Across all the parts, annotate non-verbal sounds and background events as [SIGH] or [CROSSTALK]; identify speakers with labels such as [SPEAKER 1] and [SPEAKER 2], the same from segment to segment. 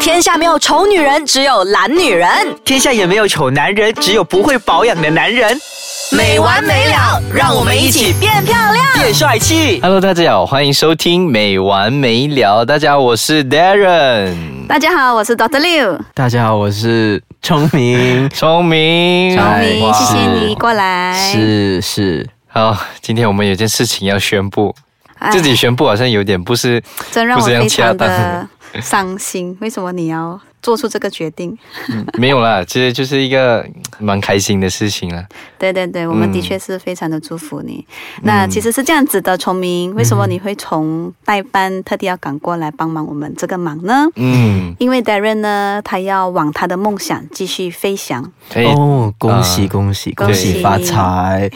[SPEAKER 1] 天下没有丑女人，只有懒女人。
[SPEAKER 2] 天下也没有丑男人，只有不会保养的男人。
[SPEAKER 1] 没完没了，让我们一起变漂亮。
[SPEAKER 2] 变帅气。
[SPEAKER 3] Hello，大家好，欢迎收听《美完没了》。大家好，我是 Darren，
[SPEAKER 4] 大家好，我是 Doctor Liu，
[SPEAKER 5] 大家好，我是
[SPEAKER 2] 聪
[SPEAKER 4] [LAUGHS]
[SPEAKER 2] 明，
[SPEAKER 3] 聪明，
[SPEAKER 5] 聪
[SPEAKER 4] 欢迎
[SPEAKER 5] 哇
[SPEAKER 4] 谢谢你过来。
[SPEAKER 5] 是是，
[SPEAKER 3] 好，今天我们有件事情要宣布，
[SPEAKER 4] 哎，
[SPEAKER 3] 自己宣布好像有点不
[SPEAKER 4] [LAUGHS]
[SPEAKER 3] 是，
[SPEAKER 4] 真让
[SPEAKER 3] 不
[SPEAKER 4] 我
[SPEAKER 3] 是这样
[SPEAKER 4] 非常
[SPEAKER 3] 恰
[SPEAKER 4] 的
[SPEAKER 3] 当
[SPEAKER 4] 伤心。为什么你要做出这个决定？
[SPEAKER 3] 没有啦，其实就是一个嗯蛮开心的事情啦。
[SPEAKER 4] 对对对，我
[SPEAKER 3] 嗯
[SPEAKER 4] 们的确是非常的祝福你。那其实是这样子的，崇明，
[SPEAKER 3] 嗯
[SPEAKER 4] 为什么你会从代班特地要赶过来帮忙我们这个忙呢？
[SPEAKER 3] 嗯，
[SPEAKER 4] 因为 Darren 呢，他要往他的梦想继续飞翔。
[SPEAKER 3] 所以、
[SPEAKER 5] 哦，恭
[SPEAKER 3] 啊
[SPEAKER 5] 喜恭喜
[SPEAKER 4] 恭
[SPEAKER 5] 恭喜
[SPEAKER 4] 喜
[SPEAKER 5] 发财！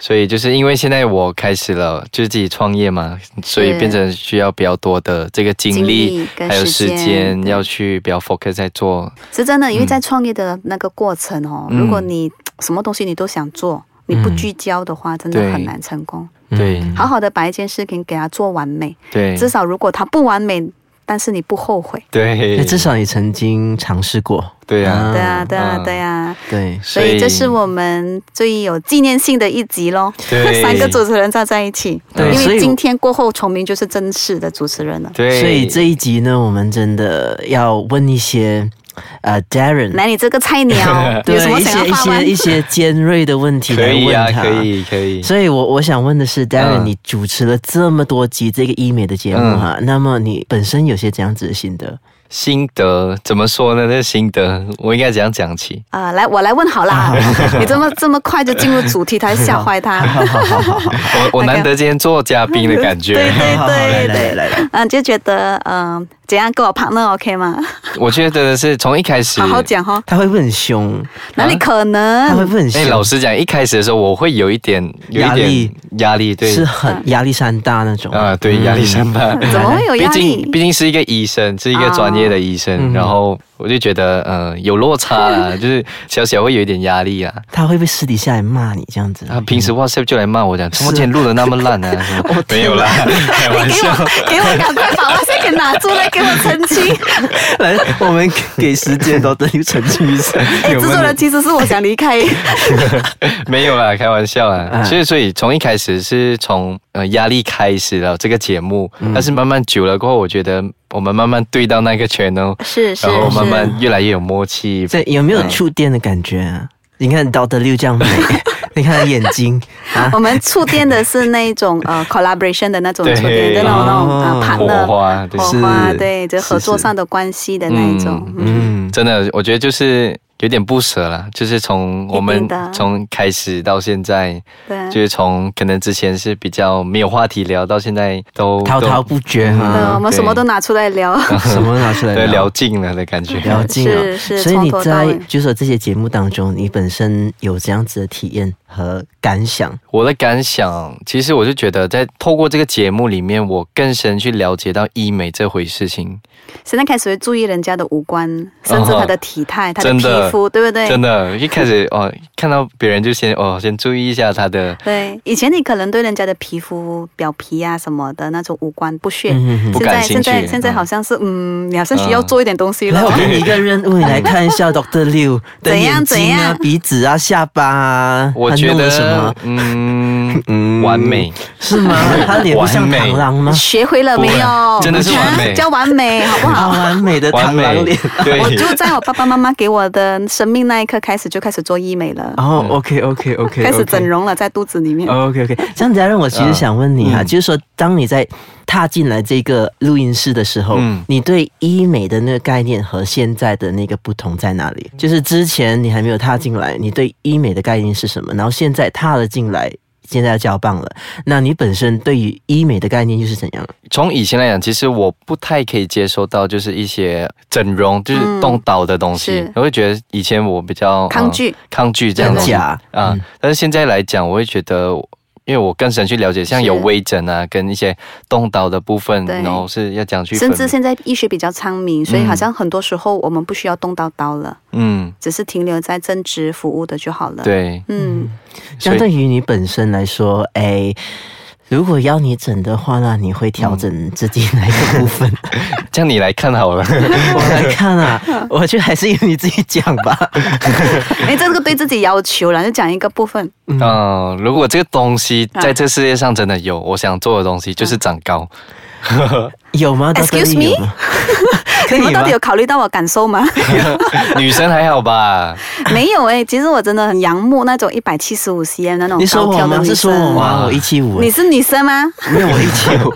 [SPEAKER 3] 所以就是因为现在我开始了，就是自己创业嘛，所以
[SPEAKER 4] 是
[SPEAKER 3] 变成需要比较多的这个精
[SPEAKER 4] 精
[SPEAKER 3] 力
[SPEAKER 4] 力，跟
[SPEAKER 3] 还有
[SPEAKER 4] 时
[SPEAKER 3] 时
[SPEAKER 4] 间
[SPEAKER 3] 间
[SPEAKER 4] 对
[SPEAKER 3] 要去比较 focus 在做。
[SPEAKER 4] 是真的，因为在创业的那个过程哦，
[SPEAKER 3] 嗯
[SPEAKER 4] 如果你什么东西你都想做，你不
[SPEAKER 5] 嗯
[SPEAKER 4] 聚焦的话，真的
[SPEAKER 3] 对
[SPEAKER 4] 很难成功。
[SPEAKER 3] 对
[SPEAKER 4] 嗯好好的把一件事情给它做完美，
[SPEAKER 3] 对，
[SPEAKER 4] 至少如果它不完美，但是你不后悔。
[SPEAKER 3] 对
[SPEAKER 5] 哎，，至少你曾经尝试过，
[SPEAKER 3] 对呀、
[SPEAKER 5] 嗯
[SPEAKER 4] 对啊，对啊，
[SPEAKER 3] 嗯
[SPEAKER 4] 对啊，
[SPEAKER 5] 对，
[SPEAKER 4] 所以这是我们最有纪念性的一集喽。
[SPEAKER 3] 对
[SPEAKER 4] [LAUGHS] 三个主持人站在一起，
[SPEAKER 3] 对
[SPEAKER 4] 因
[SPEAKER 5] 所
[SPEAKER 4] 为
[SPEAKER 5] 以
[SPEAKER 4] 今天过后，崇明就是正式的主持人了。
[SPEAKER 3] 对，，
[SPEAKER 5] 所以这一集呢，我们真的要问一些呃，Darren，
[SPEAKER 4] 来，你这个菜鸟
[SPEAKER 5] [LAUGHS]
[SPEAKER 4] 有
[SPEAKER 5] 对
[SPEAKER 4] 什么
[SPEAKER 5] 一
[SPEAKER 4] 想
[SPEAKER 5] 些一
[SPEAKER 4] 要发
[SPEAKER 5] 些一
[SPEAKER 4] 问？ [LAUGHS]
[SPEAKER 5] 些尖锐的问题
[SPEAKER 3] 可
[SPEAKER 5] 来
[SPEAKER 3] 以
[SPEAKER 5] 问
[SPEAKER 3] 啊，
[SPEAKER 5] 他。
[SPEAKER 3] 可以可以。
[SPEAKER 5] 所以我，我想问的是，Darren，、
[SPEAKER 3] 嗯
[SPEAKER 5] 你主持了这么多集这个医美的节目哈、那么你本身有些怎样子的心得？
[SPEAKER 3] 心得怎么说呢？这心得我应该怎样讲起？
[SPEAKER 4] 啊、来，我来问
[SPEAKER 5] [LAUGHS]
[SPEAKER 4] 好啦。你这么这么快就进入主题，他还吓坏他。
[SPEAKER 3] 我我难得今天做嘉宾的感
[SPEAKER 4] 对
[SPEAKER 3] 觉，
[SPEAKER 4] 对
[SPEAKER 5] 好好好来
[SPEAKER 4] 对
[SPEAKER 5] 来
[SPEAKER 4] 对，
[SPEAKER 5] 来来，
[SPEAKER 4] [LAUGHS] 嗯、就觉得嗯、怎样跟我 partner OK 吗？
[SPEAKER 3] 我觉得是从一开始，
[SPEAKER 4] 好好讲哦，
[SPEAKER 5] 他会不会很凶？
[SPEAKER 4] 哪里可能？
[SPEAKER 5] 他会不会很凶？
[SPEAKER 3] 哎，老实讲，一开始的时候我会有一点有一
[SPEAKER 5] 压力
[SPEAKER 3] 点压力，对，
[SPEAKER 5] 是很压力山大那种
[SPEAKER 3] 啊，对，压力山大。
[SPEAKER 4] 怎么会有
[SPEAKER 3] 毕
[SPEAKER 4] 压力
[SPEAKER 3] 竟？毕竟是一个医生，是一个专业的医生，
[SPEAKER 5] 哦
[SPEAKER 3] 然后我就觉得，呃，有落差啦，就是小小会有一点压力啊。
[SPEAKER 5] 他会不会私底下来骂你这样子？
[SPEAKER 3] 他平时 WhatsApp 就来骂我讲，怎么今天录的那么烂啊？什么没有啦，开玩
[SPEAKER 4] 哎给
[SPEAKER 3] 笑。
[SPEAKER 4] 我，给我赶快把我先给拿出来，给我
[SPEAKER 3] [LAUGHS]
[SPEAKER 4] 澄清。
[SPEAKER 5] 来，我们给时间都等你澄清一
[SPEAKER 3] [LAUGHS]
[SPEAKER 5] 下。
[SPEAKER 4] 哎，制作人其实是我想离开，
[SPEAKER 3] [LAUGHS] 没有啦，开玩笑啦。
[SPEAKER 5] 嗯
[SPEAKER 3] 所以，所以从一开始是从呃压力开始了这个节目，但是慢慢久了过后，我觉得我们慢慢对到那个圈哦，
[SPEAKER 4] 是是
[SPEAKER 3] 然后慢
[SPEAKER 4] 是，
[SPEAKER 3] 慢越来越有默契。
[SPEAKER 5] 这有没有触电的感觉啊？你看刀的六这
[SPEAKER 3] [LAUGHS]
[SPEAKER 5] 样美，你看他眼睛啊，
[SPEAKER 4] 我们触电的是那种
[SPEAKER 3] [LAUGHS]
[SPEAKER 4] 呃 collaboration 的那种
[SPEAKER 3] 对
[SPEAKER 4] 触电，的那种那种呃
[SPEAKER 5] 哦
[SPEAKER 3] 火
[SPEAKER 4] partner
[SPEAKER 3] 花，对，
[SPEAKER 4] 火
[SPEAKER 5] 是
[SPEAKER 4] 花，对，就是合作上的关系的那一种。嗯
[SPEAKER 5] 嗯，
[SPEAKER 3] 真的，我觉得就是有点不舍啦，就是从我
[SPEAKER 4] 一
[SPEAKER 3] 们
[SPEAKER 4] 定的
[SPEAKER 3] 从开始到现在，就
[SPEAKER 4] 对，
[SPEAKER 3] 是从可能之前是比较没有话题聊，到现在都
[SPEAKER 5] 滔滔
[SPEAKER 3] 都
[SPEAKER 5] 不绝哈
[SPEAKER 3] 嗯
[SPEAKER 4] 呃，我，们什么都拿出来
[SPEAKER 3] [LAUGHS]
[SPEAKER 4] 聊。
[SPEAKER 5] 什么拿出来
[SPEAKER 3] 对聊尽了的感觉。
[SPEAKER 5] 聊尽了。
[SPEAKER 4] 是是
[SPEAKER 5] 所以你
[SPEAKER 4] 从头到
[SPEAKER 5] 在
[SPEAKER 4] 尾
[SPEAKER 5] 就是说这些节目当中，你本身有这样子的体验和感想，
[SPEAKER 3] 我的感想，其实我就觉得，在透过这个节目里面，我更深去了解到医美这回事情，
[SPEAKER 4] 现在开始会注意人家的五官，甚至他的体态、他的
[SPEAKER 3] 啊真
[SPEAKER 4] 皮
[SPEAKER 3] 的
[SPEAKER 4] 肤，对不对？
[SPEAKER 3] 真的，一开始哦，看到别人就先哦，先注意一下他的，
[SPEAKER 4] 对，以前你可能对人家的皮肤、表皮啊什么的那种五官不屑，
[SPEAKER 3] 不
[SPEAKER 4] 现
[SPEAKER 3] 感
[SPEAKER 4] 在
[SPEAKER 3] 兴
[SPEAKER 4] 现
[SPEAKER 3] 趣
[SPEAKER 4] 在现在
[SPEAKER 3] 嗯
[SPEAKER 4] 好像是嗯，你好像需要做一点东西了
[SPEAKER 3] 啊
[SPEAKER 4] [LAUGHS]
[SPEAKER 5] 来，。我给你一个任务，你来看一下 Doctor 六的
[SPEAKER 4] 怎样
[SPEAKER 5] 眼睛
[SPEAKER 4] 怎
[SPEAKER 5] 啊
[SPEAKER 4] 样、
[SPEAKER 5] 鼻子啊、下巴啊，
[SPEAKER 3] 我
[SPEAKER 5] [LAUGHS] 他
[SPEAKER 3] 觉
[SPEAKER 5] 弄了什
[SPEAKER 3] 得
[SPEAKER 4] [LAUGHS]
[SPEAKER 5] 么？ [LAUGHS]
[SPEAKER 3] 嗯完美，
[SPEAKER 5] 是吗？他脸不像螳螂吗？
[SPEAKER 4] 学会了没有？
[SPEAKER 3] 真的是完
[SPEAKER 4] [LAUGHS]
[SPEAKER 3] 美
[SPEAKER 4] 叫 [LAUGHS] 完美，好不
[SPEAKER 5] 啊，
[SPEAKER 4] 好？
[SPEAKER 5] 完美的
[SPEAKER 3] 完
[SPEAKER 5] 螳螂
[SPEAKER 3] 美
[SPEAKER 5] 脸。，
[SPEAKER 4] [LAUGHS] 我
[SPEAKER 3] 对，
[SPEAKER 4] 就在我爸爸妈妈给我的生命那一刻开始，就开始做医美
[SPEAKER 3] 啊
[SPEAKER 4] 了，
[SPEAKER 5] 哦，OK OK OK，
[SPEAKER 4] 开始整。容了，在肚子里面。
[SPEAKER 3] 哦
[SPEAKER 5] OK OK，这样子让我其实想问
[SPEAKER 3] 嗯
[SPEAKER 5] 你啊，就是说，当你在踏进来这个录音室的时候，
[SPEAKER 3] 嗯
[SPEAKER 5] 你对医美的那个概念和现在的那个不同在哪里？就是之前你还没有踏进来，你对医美的概念是什么？然后现在踏了进来，现在要交棒了，那你本身对于医美的概念又是怎样？
[SPEAKER 3] 从以前来讲，其实我不太可以接受到，就是一些整容，就是动刀的东西，
[SPEAKER 4] 嗯是
[SPEAKER 3] 我会觉得以前我比较
[SPEAKER 4] 抗拒
[SPEAKER 3] 呃抗拒这样的东西
[SPEAKER 5] 很假
[SPEAKER 3] 啊。
[SPEAKER 5] 嗯
[SPEAKER 3] 但是现在来讲，我会觉得。因为我更深去了解，像有微整啊，跟一些动刀的部分，
[SPEAKER 4] 对
[SPEAKER 3] 然后是要讲去嗯分
[SPEAKER 4] 甚至现在医学比较昌明，所以好像很多时候我们不需要动到刀了，
[SPEAKER 3] 嗯，
[SPEAKER 4] 只是停留在正职服务的就好了。，
[SPEAKER 3] 对，
[SPEAKER 4] 嗯，
[SPEAKER 5] 相
[SPEAKER 3] 所以
[SPEAKER 5] 对于你本身来说，哎，如果要你整的话，那你会调整
[SPEAKER 3] 嗯
[SPEAKER 5] 自己哪一个部分？ [LAUGHS]
[SPEAKER 3] 这样你来看好了。 [LAUGHS]
[SPEAKER 5] 我来看啊，我觉得还是由你自己讲吧。
[SPEAKER 4] 哎，这个对自己要求了，就讲一个部分。
[SPEAKER 3] 嗯、如果这个东西在这世界上真的有，我想做的东西就是长
[SPEAKER 4] [LAUGHS]
[SPEAKER 3] 高。
[SPEAKER 5] 有吗到
[SPEAKER 4] Excuse
[SPEAKER 5] 底有吗 [LAUGHS] 可以
[SPEAKER 4] 你们到底
[SPEAKER 5] 吗
[SPEAKER 4] 有考虑到我感受
[SPEAKER 5] [LAUGHS]
[SPEAKER 4] 吗？
[SPEAKER 3] 女生还好吧？
[SPEAKER 4] 没有哎、其实我真的很仰慕那种一百七十五 cm 那种
[SPEAKER 5] 你说
[SPEAKER 4] 高
[SPEAKER 5] 我
[SPEAKER 4] 挑的
[SPEAKER 5] 吗？
[SPEAKER 4] 女
[SPEAKER 5] 是说我
[SPEAKER 4] 生。
[SPEAKER 5] 吗？我一七五，啊
[SPEAKER 4] 嗯你是女生吗？
[SPEAKER 5] [LAUGHS] 没有我一七
[SPEAKER 4] [LAUGHS]
[SPEAKER 5] 五，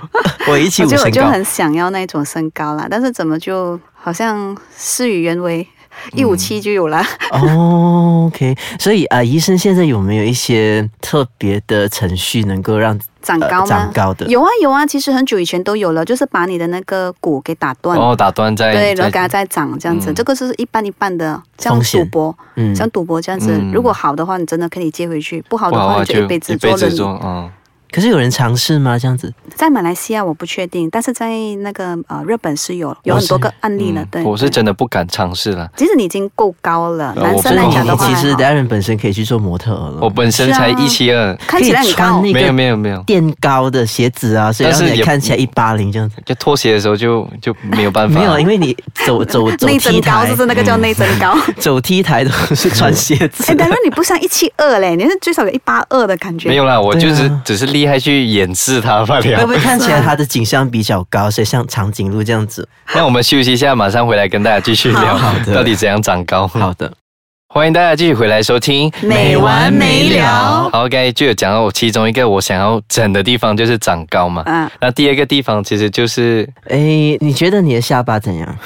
[SPEAKER 5] 我一七
[SPEAKER 4] 我
[SPEAKER 5] 五
[SPEAKER 4] 就我
[SPEAKER 5] 身
[SPEAKER 4] 就
[SPEAKER 5] 高。
[SPEAKER 4] 很想要那种身高啦，但是怎么就好像事与愿违，
[SPEAKER 5] 嗯
[SPEAKER 4] 一五七就有啦。
[SPEAKER 5] 呃哦，OK，所以啊、呃医生现在有没有一些特别的程序能够让
[SPEAKER 4] 长高吗？
[SPEAKER 5] 呃长高的
[SPEAKER 4] 有啊有啊，其实很久以前都有了，就是把你的那个骨给打断，
[SPEAKER 3] 然
[SPEAKER 5] 哦
[SPEAKER 3] 后打断在
[SPEAKER 4] 对，然后给它
[SPEAKER 3] 在
[SPEAKER 4] 再长这样子，
[SPEAKER 3] 嗯
[SPEAKER 4] 这个是一半一半的，像
[SPEAKER 5] 风险
[SPEAKER 4] 赌博，
[SPEAKER 5] 嗯
[SPEAKER 4] 像赌博这样子，
[SPEAKER 3] 嗯
[SPEAKER 4] 如果好的话，你真的可以接回去；不好的
[SPEAKER 3] 哇
[SPEAKER 4] 话，
[SPEAKER 3] 哇
[SPEAKER 4] 哦你就
[SPEAKER 3] 就
[SPEAKER 4] 一辈子
[SPEAKER 3] 一
[SPEAKER 4] 坐
[SPEAKER 3] 辈
[SPEAKER 4] 轮
[SPEAKER 3] 子
[SPEAKER 4] 椅。
[SPEAKER 3] 做，嗯，
[SPEAKER 5] 可是有人尝试吗？这样子，
[SPEAKER 4] 在马来西亚我不确定，但是在那个呃日本是有有很多个案例了。
[SPEAKER 3] 嗯
[SPEAKER 4] 对，
[SPEAKER 3] 我是
[SPEAKER 4] 对
[SPEAKER 3] 真的不敢尝试了。
[SPEAKER 4] 即使你已经够高了，
[SPEAKER 3] 呃
[SPEAKER 4] 男
[SPEAKER 3] 我
[SPEAKER 4] 生
[SPEAKER 3] 不
[SPEAKER 4] 来
[SPEAKER 3] 够
[SPEAKER 4] 讲的
[SPEAKER 5] 你
[SPEAKER 4] 话
[SPEAKER 5] 其实
[SPEAKER 4] 还好
[SPEAKER 5] Darren 本身可以去做模特儿了，
[SPEAKER 3] 我本身才
[SPEAKER 4] 是啊
[SPEAKER 3] 一七二，
[SPEAKER 4] [LAUGHS] 看起来
[SPEAKER 5] 可以
[SPEAKER 4] 很
[SPEAKER 5] 穿
[SPEAKER 4] 高
[SPEAKER 5] 那。个
[SPEAKER 3] 没有没有没有，
[SPEAKER 5] 垫高的鞋子啊，所以
[SPEAKER 3] 但是
[SPEAKER 5] 让你
[SPEAKER 3] 也
[SPEAKER 5] 看起来一八零这样子。
[SPEAKER 3] 就脱鞋的时候就就没有办法。
[SPEAKER 5] 没有，啊因为你走走走
[SPEAKER 4] 内
[SPEAKER 5] 梯
[SPEAKER 4] 增高
[SPEAKER 5] 台
[SPEAKER 4] 是， [LAUGHS] 不是那个
[SPEAKER 3] 嗯
[SPEAKER 4] 叫内增
[SPEAKER 3] [LAUGHS]
[SPEAKER 4] 高？
[SPEAKER 5] 走 T 台都是穿鞋子
[SPEAKER 4] [LAUGHS] 哎，。但是你不像一七二嘞，你是最少有一八二的感觉。
[SPEAKER 3] 没有啦，我
[SPEAKER 5] 对
[SPEAKER 3] 就
[SPEAKER 5] 啊
[SPEAKER 3] 只、只是厉害去掩饰它罢
[SPEAKER 5] 会不
[SPEAKER 3] 了。
[SPEAKER 5] 会看起来他的景象比较高，所以像长颈鹿这样子？
[SPEAKER 3] [LAUGHS] 那我们休息一下，马上回来跟大家继续聊
[SPEAKER 5] 好的
[SPEAKER 3] 到底怎样长高。
[SPEAKER 5] 好的，
[SPEAKER 3] 欢迎大家继续回来收听。
[SPEAKER 4] 没完没了。
[SPEAKER 3] 好，刚才就有讲到我其中一个我想要整的地方就是长高嘛。
[SPEAKER 4] 啊，
[SPEAKER 3] 那第二个地方其实就是，
[SPEAKER 5] 哎，你觉得你的下巴怎样？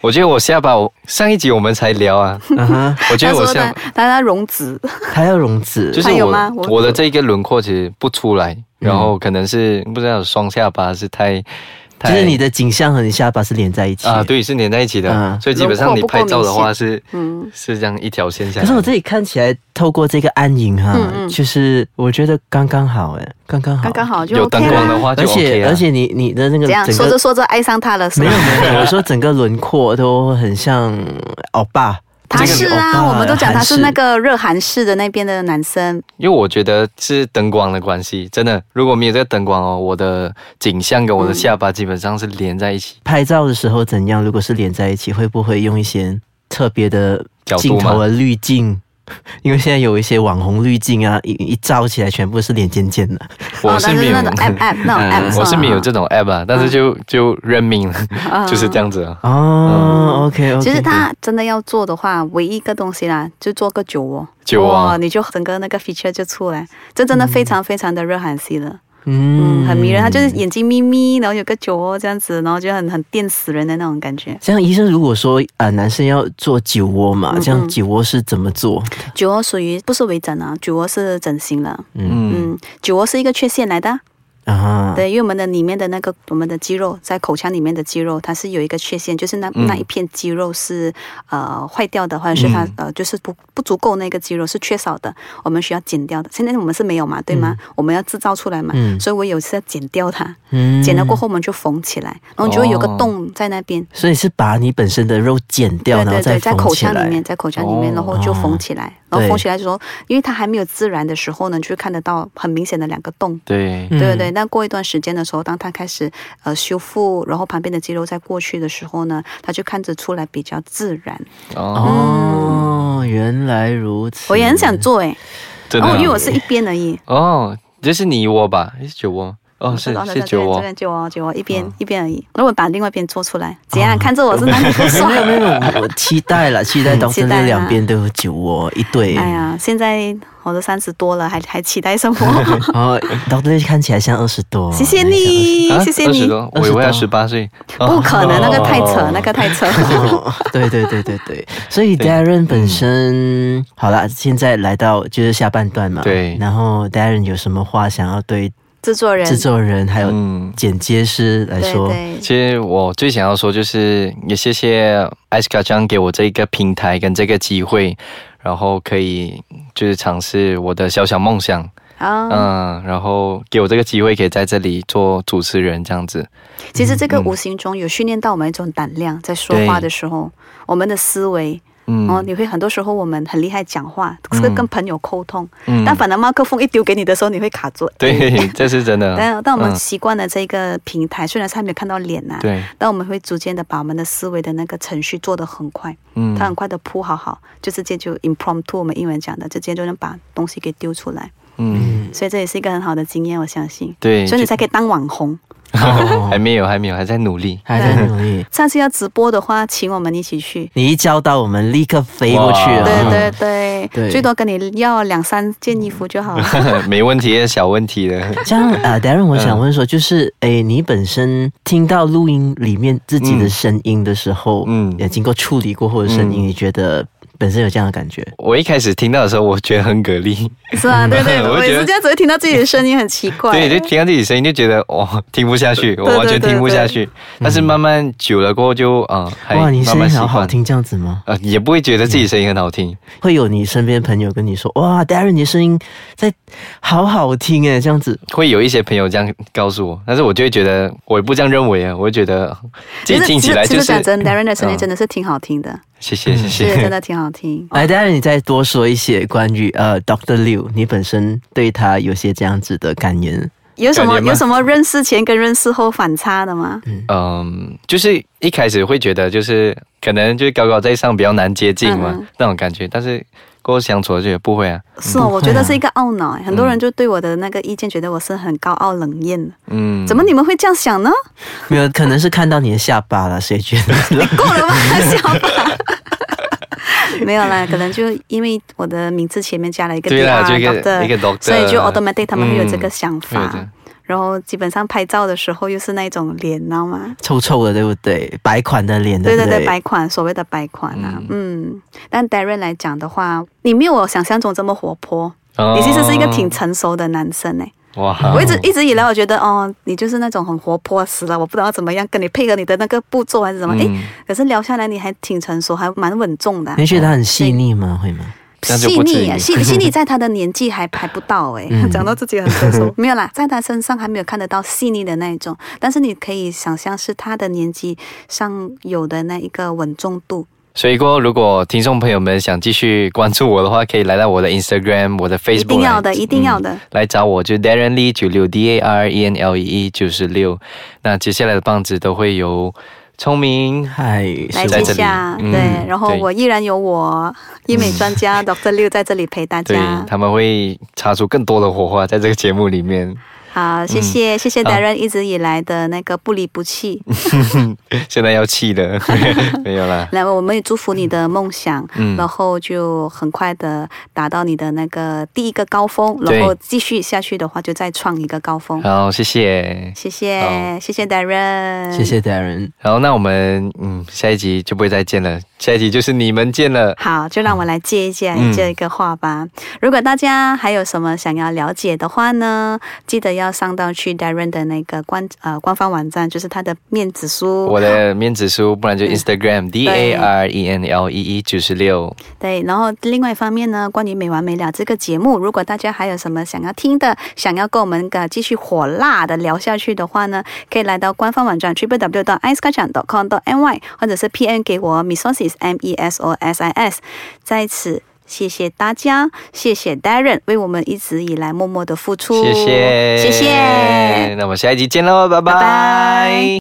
[SPEAKER 3] 我觉得我下巴，我上一集我们才聊啊，
[SPEAKER 4] 嗯
[SPEAKER 5] 啊哈，
[SPEAKER 3] 我觉
[SPEAKER 4] 他
[SPEAKER 3] 得我
[SPEAKER 4] 说
[SPEAKER 3] 下
[SPEAKER 4] 他
[SPEAKER 3] 巴
[SPEAKER 4] 他他溶脂，
[SPEAKER 5] 他要溶脂，
[SPEAKER 3] 就是
[SPEAKER 4] 还有
[SPEAKER 3] 我
[SPEAKER 4] 吗我
[SPEAKER 3] 我的这个轮廓其实不出来，然后可能是不知道双下巴是太，
[SPEAKER 5] 嗯就
[SPEAKER 3] 太
[SPEAKER 5] 是你的景象和你下巴是连在一起
[SPEAKER 3] 啊，。对，是连在一起的，
[SPEAKER 5] 嗯
[SPEAKER 3] 所以基本上你拍照的话是
[SPEAKER 4] 嗯，
[SPEAKER 3] 是这样一条线下来。
[SPEAKER 5] 可是我这里看起来，透过这个暗影哈，
[SPEAKER 4] 嗯嗯
[SPEAKER 5] 就是我觉觉得刚刚好哎，刚刚好，
[SPEAKER 4] 刚刚好就
[SPEAKER 3] 有
[SPEAKER 4] OK
[SPEAKER 3] 灯
[SPEAKER 4] 啦
[SPEAKER 3] 光的话就
[SPEAKER 5] 而
[SPEAKER 3] OK 啊
[SPEAKER 5] 且
[SPEAKER 3] 了
[SPEAKER 5] 而且你你的那个
[SPEAKER 4] 怎样
[SPEAKER 5] 整
[SPEAKER 4] 说
[SPEAKER 5] 个
[SPEAKER 4] 着说着爱上他了是
[SPEAKER 5] 没
[SPEAKER 4] 吗
[SPEAKER 5] 有？没有，我说整个轮廓都很像欧巴。
[SPEAKER 4] 他是
[SPEAKER 5] 欧
[SPEAKER 4] 啊，
[SPEAKER 5] 巴
[SPEAKER 4] 我们都讲他是
[SPEAKER 5] 韩式
[SPEAKER 4] 那个热韩式的那边的男生，
[SPEAKER 3] 因为我觉得是灯光的关系，真的，如果没有这个灯光哦，我的景象跟我的下巴基本上是连在一起。
[SPEAKER 5] 拍照的时候怎样？如果是连在一起，会不会用一些特别的
[SPEAKER 3] 角度
[SPEAKER 5] 镜
[SPEAKER 3] 吗
[SPEAKER 5] 头的滤镜？ [LAUGHS] 因为现在有一些网红滤镜啊，一一照起来全部是脸尖尖的。
[SPEAKER 3] 我
[SPEAKER 4] 哦
[SPEAKER 3] 是
[SPEAKER 4] 但
[SPEAKER 3] 没有嗯
[SPEAKER 4] 那，种
[SPEAKER 3] [LAUGHS]
[SPEAKER 4] app app 那种 app，
[SPEAKER 3] 我是没有
[SPEAKER 4] 吧
[SPEAKER 3] 这种 app 啊，但
[SPEAKER 5] 嗯
[SPEAKER 3] 是就就认命了，就是这样子啊。
[SPEAKER 5] 哦、o k OK。
[SPEAKER 4] 其实他真的要做的话，唯一一个东西啦，就做个酒窝，
[SPEAKER 3] 酒窝
[SPEAKER 4] 哇你就整个那个 feature 就出来，这真的非常非常的热韩系了，
[SPEAKER 5] 嗯
[SPEAKER 4] 嗯，很迷人。他就是眼睛眯眯，然后有个酒窝这样子，然后就很很电死人的那种感觉。
[SPEAKER 5] 像医生如果说啊、呃男生要做酒窝嘛，
[SPEAKER 4] 嗯
[SPEAKER 5] 这样酒窝是怎么做？
[SPEAKER 4] 酒窝属于不是微整啊，酒窝是整形了，
[SPEAKER 3] 嗯，
[SPEAKER 4] 嗯，酒窝是一个缺陷来的啊，
[SPEAKER 5] 啊？
[SPEAKER 4] 对，因为我们的里面的那个我们的肌肉在口腔里面的肌肉，它是有一个缺陷，就是那、
[SPEAKER 5] 嗯
[SPEAKER 4] 那一片肌肉是呃坏掉的，或者是它、
[SPEAKER 5] 嗯
[SPEAKER 4] 呃就是不不足够那个肌肉是缺少的，我们需要剪掉的。现在我们是没有嘛，对吗？我们要制造出来嘛，
[SPEAKER 5] 嗯
[SPEAKER 4] 所以我有时要剪掉它，
[SPEAKER 5] 嗯
[SPEAKER 4] 剪了过，后我们就缝起来，然后就会有个
[SPEAKER 3] 哦
[SPEAKER 4] 洞在那边。
[SPEAKER 5] 所以是把你本身的肉剪掉，
[SPEAKER 4] 对
[SPEAKER 5] 然
[SPEAKER 4] 对对，
[SPEAKER 5] 后
[SPEAKER 4] 在
[SPEAKER 5] 再缝
[SPEAKER 4] 口
[SPEAKER 5] 起
[SPEAKER 4] 腔
[SPEAKER 5] 来
[SPEAKER 4] 里。面，在口腔里面，
[SPEAKER 3] 哦
[SPEAKER 4] 然后就缝起来，然后
[SPEAKER 5] 对
[SPEAKER 4] 缝起来的时候，因为它还没有自然的时候呢，就会看得到很明显的两个洞。
[SPEAKER 3] 对，
[SPEAKER 5] 嗯
[SPEAKER 4] 对对对，那过一段时间的时候，当他开始呃修复，然后旁边的肌肉再过去的时候呢，他就看着出来比较自然。
[SPEAKER 5] 嗯
[SPEAKER 3] 哦，
[SPEAKER 5] 哦，原来如此。
[SPEAKER 4] 嗯我也很想做哎、
[SPEAKER 3] 真的
[SPEAKER 4] 然
[SPEAKER 3] 啊
[SPEAKER 4] 后因为我是一边而已，
[SPEAKER 3] 哦，这是你窝吧？诶是酒窝吗？哦，是
[SPEAKER 4] 这个这
[SPEAKER 3] 是
[SPEAKER 4] 个
[SPEAKER 3] 酒
[SPEAKER 4] 这
[SPEAKER 3] 窝
[SPEAKER 4] 个。就我就我一
[SPEAKER 5] 嗯
[SPEAKER 4] 边、一边而已。如果把另外一边做出来，怎样？看着我
[SPEAKER 5] [LAUGHS]
[SPEAKER 4] 是哪里不
[SPEAKER 5] 哦
[SPEAKER 4] 爽？
[SPEAKER 5] 没有没有，我我期待了，期待到真的两边都有酒窝一对。
[SPEAKER 4] [LAUGHS] 啊哎呀，现在我都三十多了，还还期待什么？
[SPEAKER 5] [LAUGHS] 哦，到这看起来像二十多。
[SPEAKER 4] 谢谢你，谢谢
[SPEAKER 3] 啊二十
[SPEAKER 4] 你。
[SPEAKER 3] 多，我以为
[SPEAKER 5] 啊二
[SPEAKER 3] 要
[SPEAKER 5] 十
[SPEAKER 3] 十八岁。
[SPEAKER 4] 不可能，那个太扯，那个太扯。 [LAUGHS]
[SPEAKER 5] 哦。 [LAUGHS] 对对对对对，所以
[SPEAKER 3] 嗯
[SPEAKER 5] Darren 本身好啦，现在来到就是下半段嘛。
[SPEAKER 3] 对
[SPEAKER 5] 然后 Darren 有什么话想要对
[SPEAKER 4] 制作人，
[SPEAKER 5] 制作人还有
[SPEAKER 3] 嗯
[SPEAKER 5] 剪接师来
[SPEAKER 4] 对
[SPEAKER 5] 说？
[SPEAKER 4] 对，
[SPEAKER 3] 其实我最想要说就是，也谢谢 Ice k a 酱给我这个平台跟这个机会，然后可以就是尝试我的小小梦想，
[SPEAKER 4] 啊。
[SPEAKER 3] 嗯，然后给我这个机会可以在这里做主持人这样子，嗯
[SPEAKER 4] 其实这个无形中有训练到我们一种胆量，在说话的时候，我们的思维，
[SPEAKER 3] 嗯
[SPEAKER 4] 哦，你会很多时候我们很厉害讲话，这个跟朋友沟通，
[SPEAKER 3] 嗯
[SPEAKER 4] 但反而麦克风一丢给你的时候，你会卡住。哎 [LAUGHS]
[SPEAKER 3] 对，这是真的。
[SPEAKER 4] 但但我们
[SPEAKER 3] 嗯
[SPEAKER 4] 习惯了这个平台，虽然是还没有看到脸呐、
[SPEAKER 3] 对，
[SPEAKER 4] 但我们会逐渐的把我们的思维的那个程序做得很快，
[SPEAKER 3] 嗯
[SPEAKER 4] 它很快的铺好好，就直接就 impromptu，我们英文讲的，直接就能把东西给丢出来。
[SPEAKER 3] 嗯，
[SPEAKER 4] 所以这也是一个很好的经验，我相信。
[SPEAKER 3] 对，
[SPEAKER 4] 所以你
[SPEAKER 5] [LAUGHS]
[SPEAKER 3] 就
[SPEAKER 4] 才可以当网红。
[SPEAKER 3] [LAUGHS] 还没有，还没有，还在努力。
[SPEAKER 5] 还在努力。
[SPEAKER 4] 上次要直播的话，请我们一起去。
[SPEAKER 5] 你一教导我们，立刻飞过去了。
[SPEAKER 3] 哇
[SPEAKER 4] 对对
[SPEAKER 5] 嗯
[SPEAKER 4] 对，
[SPEAKER 5] 对
[SPEAKER 4] 最多跟你要两三件衣服就好了。
[SPEAKER 3] [LAUGHS] 没问题，小问题的。
[SPEAKER 5] 这样啊，d a r r n 我
[SPEAKER 3] 嗯
[SPEAKER 5] 想问说，就是诶，你本身听到录音里面自己的声音的时候，嗯
[SPEAKER 3] 嗯，
[SPEAKER 5] 也经过处理过后的声音，你觉得本身有这样的感觉？
[SPEAKER 3] 我一开始听到的时候，我觉得很给力，
[SPEAKER 4] [LAUGHS]
[SPEAKER 3] [LAUGHS]
[SPEAKER 4] 是啊，对对，
[SPEAKER 3] 我
[SPEAKER 4] 我
[SPEAKER 3] 觉
[SPEAKER 4] 也是
[SPEAKER 3] 得
[SPEAKER 4] 这样子，会听到自己的声音很奇怪。
[SPEAKER 3] 对，就听到自己声音就觉得哇，听不下去，我
[SPEAKER 4] 对
[SPEAKER 3] 完全
[SPEAKER 4] 对
[SPEAKER 3] 听不下
[SPEAKER 4] 对
[SPEAKER 3] 去。但是慢慢久了过后就啊，还
[SPEAKER 5] 哇，你
[SPEAKER 3] 慢
[SPEAKER 5] 声
[SPEAKER 3] 慢
[SPEAKER 5] 音
[SPEAKER 3] 习
[SPEAKER 5] 好好
[SPEAKER 3] 惯。
[SPEAKER 5] 听，这样子吗？
[SPEAKER 3] 呃，也不会觉得自己声音很好听，
[SPEAKER 5] 会有你身边朋友跟你说，哇 d a r r n 你的声音在好好听诶，这样子，
[SPEAKER 3] 会有一些朋友这样告诉我，但是我就会觉得我也不这样认为啊，我会觉得自
[SPEAKER 4] 其
[SPEAKER 3] 己
[SPEAKER 4] 实
[SPEAKER 3] 听
[SPEAKER 4] 其
[SPEAKER 3] 起
[SPEAKER 4] 实
[SPEAKER 3] 来
[SPEAKER 4] 其
[SPEAKER 3] 就是
[SPEAKER 4] 实讲真，Darren 的声音
[SPEAKER 3] 嗯
[SPEAKER 4] 真的是挺好听的，
[SPEAKER 3] 谢谢谢
[SPEAKER 4] 对，真
[SPEAKER 3] 谢。
[SPEAKER 4] 的挺好听。
[SPEAKER 5] 来 d a r r n 哎你再多说一些关于呃 Doctor Liu，你本身对他有些这样子的感言。
[SPEAKER 4] 有什么
[SPEAKER 3] 感觉吗
[SPEAKER 4] 有什么认识前跟认识后反差的吗？
[SPEAKER 3] 嗯，就是一开始会觉得就是可能就是高高在上比较难接近嘛、
[SPEAKER 4] 嗯嗯
[SPEAKER 3] 那种感觉，但是跟我相处了就也不会啊，
[SPEAKER 4] 是哦，
[SPEAKER 5] 不会啊
[SPEAKER 4] 我觉得是一个懊恼，哎
[SPEAKER 3] 嗯
[SPEAKER 4] 很多人就对我的那个意见觉得我是很高傲冷艳，
[SPEAKER 3] 嗯，
[SPEAKER 4] 怎么你们会这样
[SPEAKER 3] [LAUGHS]
[SPEAKER 4] 想呢？
[SPEAKER 5] 没有，可能是看到你的下巴了，谁觉得？ [LAUGHS]
[SPEAKER 4] 够了吧，笑吧。 [LAUGHS] 没有啦，可能就因为我的名字前面加了一个
[SPEAKER 3] 对
[SPEAKER 4] D
[SPEAKER 3] 啦
[SPEAKER 4] R
[SPEAKER 3] 就一个一个 doctor
[SPEAKER 4] 所以就 automatic 他们会有这个
[SPEAKER 3] 嗯
[SPEAKER 4] 想
[SPEAKER 3] 会有
[SPEAKER 4] 法。
[SPEAKER 3] 的？
[SPEAKER 4] 然后基本上拍照的时候又是那种脸，你知道吗？
[SPEAKER 5] 臭臭的，对不对？白款的脸，
[SPEAKER 4] 对
[SPEAKER 5] 不
[SPEAKER 4] 对
[SPEAKER 5] 对
[SPEAKER 4] 对，白款，所谓的白款啊，嗯。但 Darren 来讲的话，你没有我想象中这么活泼，
[SPEAKER 3] 哦
[SPEAKER 4] 你其实是一个挺成熟的男生哎、
[SPEAKER 3] 哇，
[SPEAKER 4] 我一直一直以来，我觉得哦，你就是那种很活泼死了，我不知道怎么样跟你配合你的那个步骤还是什么。诶，
[SPEAKER 3] 嗯
[SPEAKER 4] 可是聊下来你还挺成熟，还蛮稳重的啊、
[SPEAKER 5] 你觉得他很细腻吗？会吗？
[SPEAKER 3] 那就
[SPEAKER 4] 细
[SPEAKER 3] 不至
[SPEAKER 4] 腻啊，
[SPEAKER 3] 于嗯
[SPEAKER 4] 细
[SPEAKER 3] [LAUGHS]
[SPEAKER 4] 细腻，在他的年纪还还不到哎、讲到自己很
[SPEAKER 3] [LAUGHS]
[SPEAKER 4] 成熟，没有啦，在他身上还没有看得到细腻的那一种，但是你可以想象是他的年纪上有的那一个稳重度。
[SPEAKER 3] 所以过后，如果听众朋友们想继续关注我的话，可以来到我的 Instagram、我的 Facebook，嗯
[SPEAKER 4] 一定要的
[SPEAKER 3] 来
[SPEAKER 4] 一定要的
[SPEAKER 3] 来找我，就 Darren Lee 九六 D A R E N L E E 九十六。那接下来的棒子都会由聪明
[SPEAKER 5] 嗨，
[SPEAKER 4] 来
[SPEAKER 5] 是
[SPEAKER 3] 在
[SPEAKER 4] 接
[SPEAKER 5] 我
[SPEAKER 3] 这里
[SPEAKER 4] 下，
[SPEAKER 3] 嗯
[SPEAKER 4] 对，然后
[SPEAKER 3] 对
[SPEAKER 4] 我依然有我医美专
[SPEAKER 3] [LAUGHS]
[SPEAKER 4] 家 Dr. Liu 在这里陪大
[SPEAKER 3] 对
[SPEAKER 4] 家。
[SPEAKER 3] 他们会擦出更多的火花在这个节目里面。
[SPEAKER 4] 好，谢谢、谢谢
[SPEAKER 3] 嗯好
[SPEAKER 4] Darren 一直以来的那个不离不
[SPEAKER 3] [LAUGHS]
[SPEAKER 4] 弃。
[SPEAKER 3] 现在要气
[SPEAKER 4] [LAUGHS]
[SPEAKER 3] 的没有啦，
[SPEAKER 4] 来，我们也祝福你的梦想，
[SPEAKER 3] 嗯
[SPEAKER 4] 然后就很快的达到你的那个第一个高峰，
[SPEAKER 3] 对
[SPEAKER 4] 然后继续下去的话，就再创一个高峰。
[SPEAKER 3] 好，谢谢。
[SPEAKER 4] 谢谢，
[SPEAKER 3] 好
[SPEAKER 4] 谢谢 Darren，
[SPEAKER 5] 谢。谢 Darren，
[SPEAKER 3] 然后那我们嗯，下一集就不会再见了，下一集就是你们见了。
[SPEAKER 4] 好，就让我来接一下
[SPEAKER 3] 嗯
[SPEAKER 4] 这个话吧。如果大家还有什么想要了解的话呢，记得要上到去 Darren 的那个官呃官方网站，就是他的面子书。
[SPEAKER 3] 我的面子书，不然就 Instagram D A R E N L E E 九十六。
[SPEAKER 4] 对，然后另外一方面呢，关于没完没了这个节目，如果大家还有什么想要听的，想要跟我们呃继续火辣的聊下去的话呢，可以来到官方网站 triple w 到 i c e k a c h a n g com my，或者是 PM 给我 mesosis m e s o s i s，在此。谢谢大家，谢谢 Darren 为我们一直以来默默的付出，
[SPEAKER 3] 谢谢，
[SPEAKER 4] 谢谢。
[SPEAKER 3] 那我们下一集见喽，拜
[SPEAKER 4] 拜拜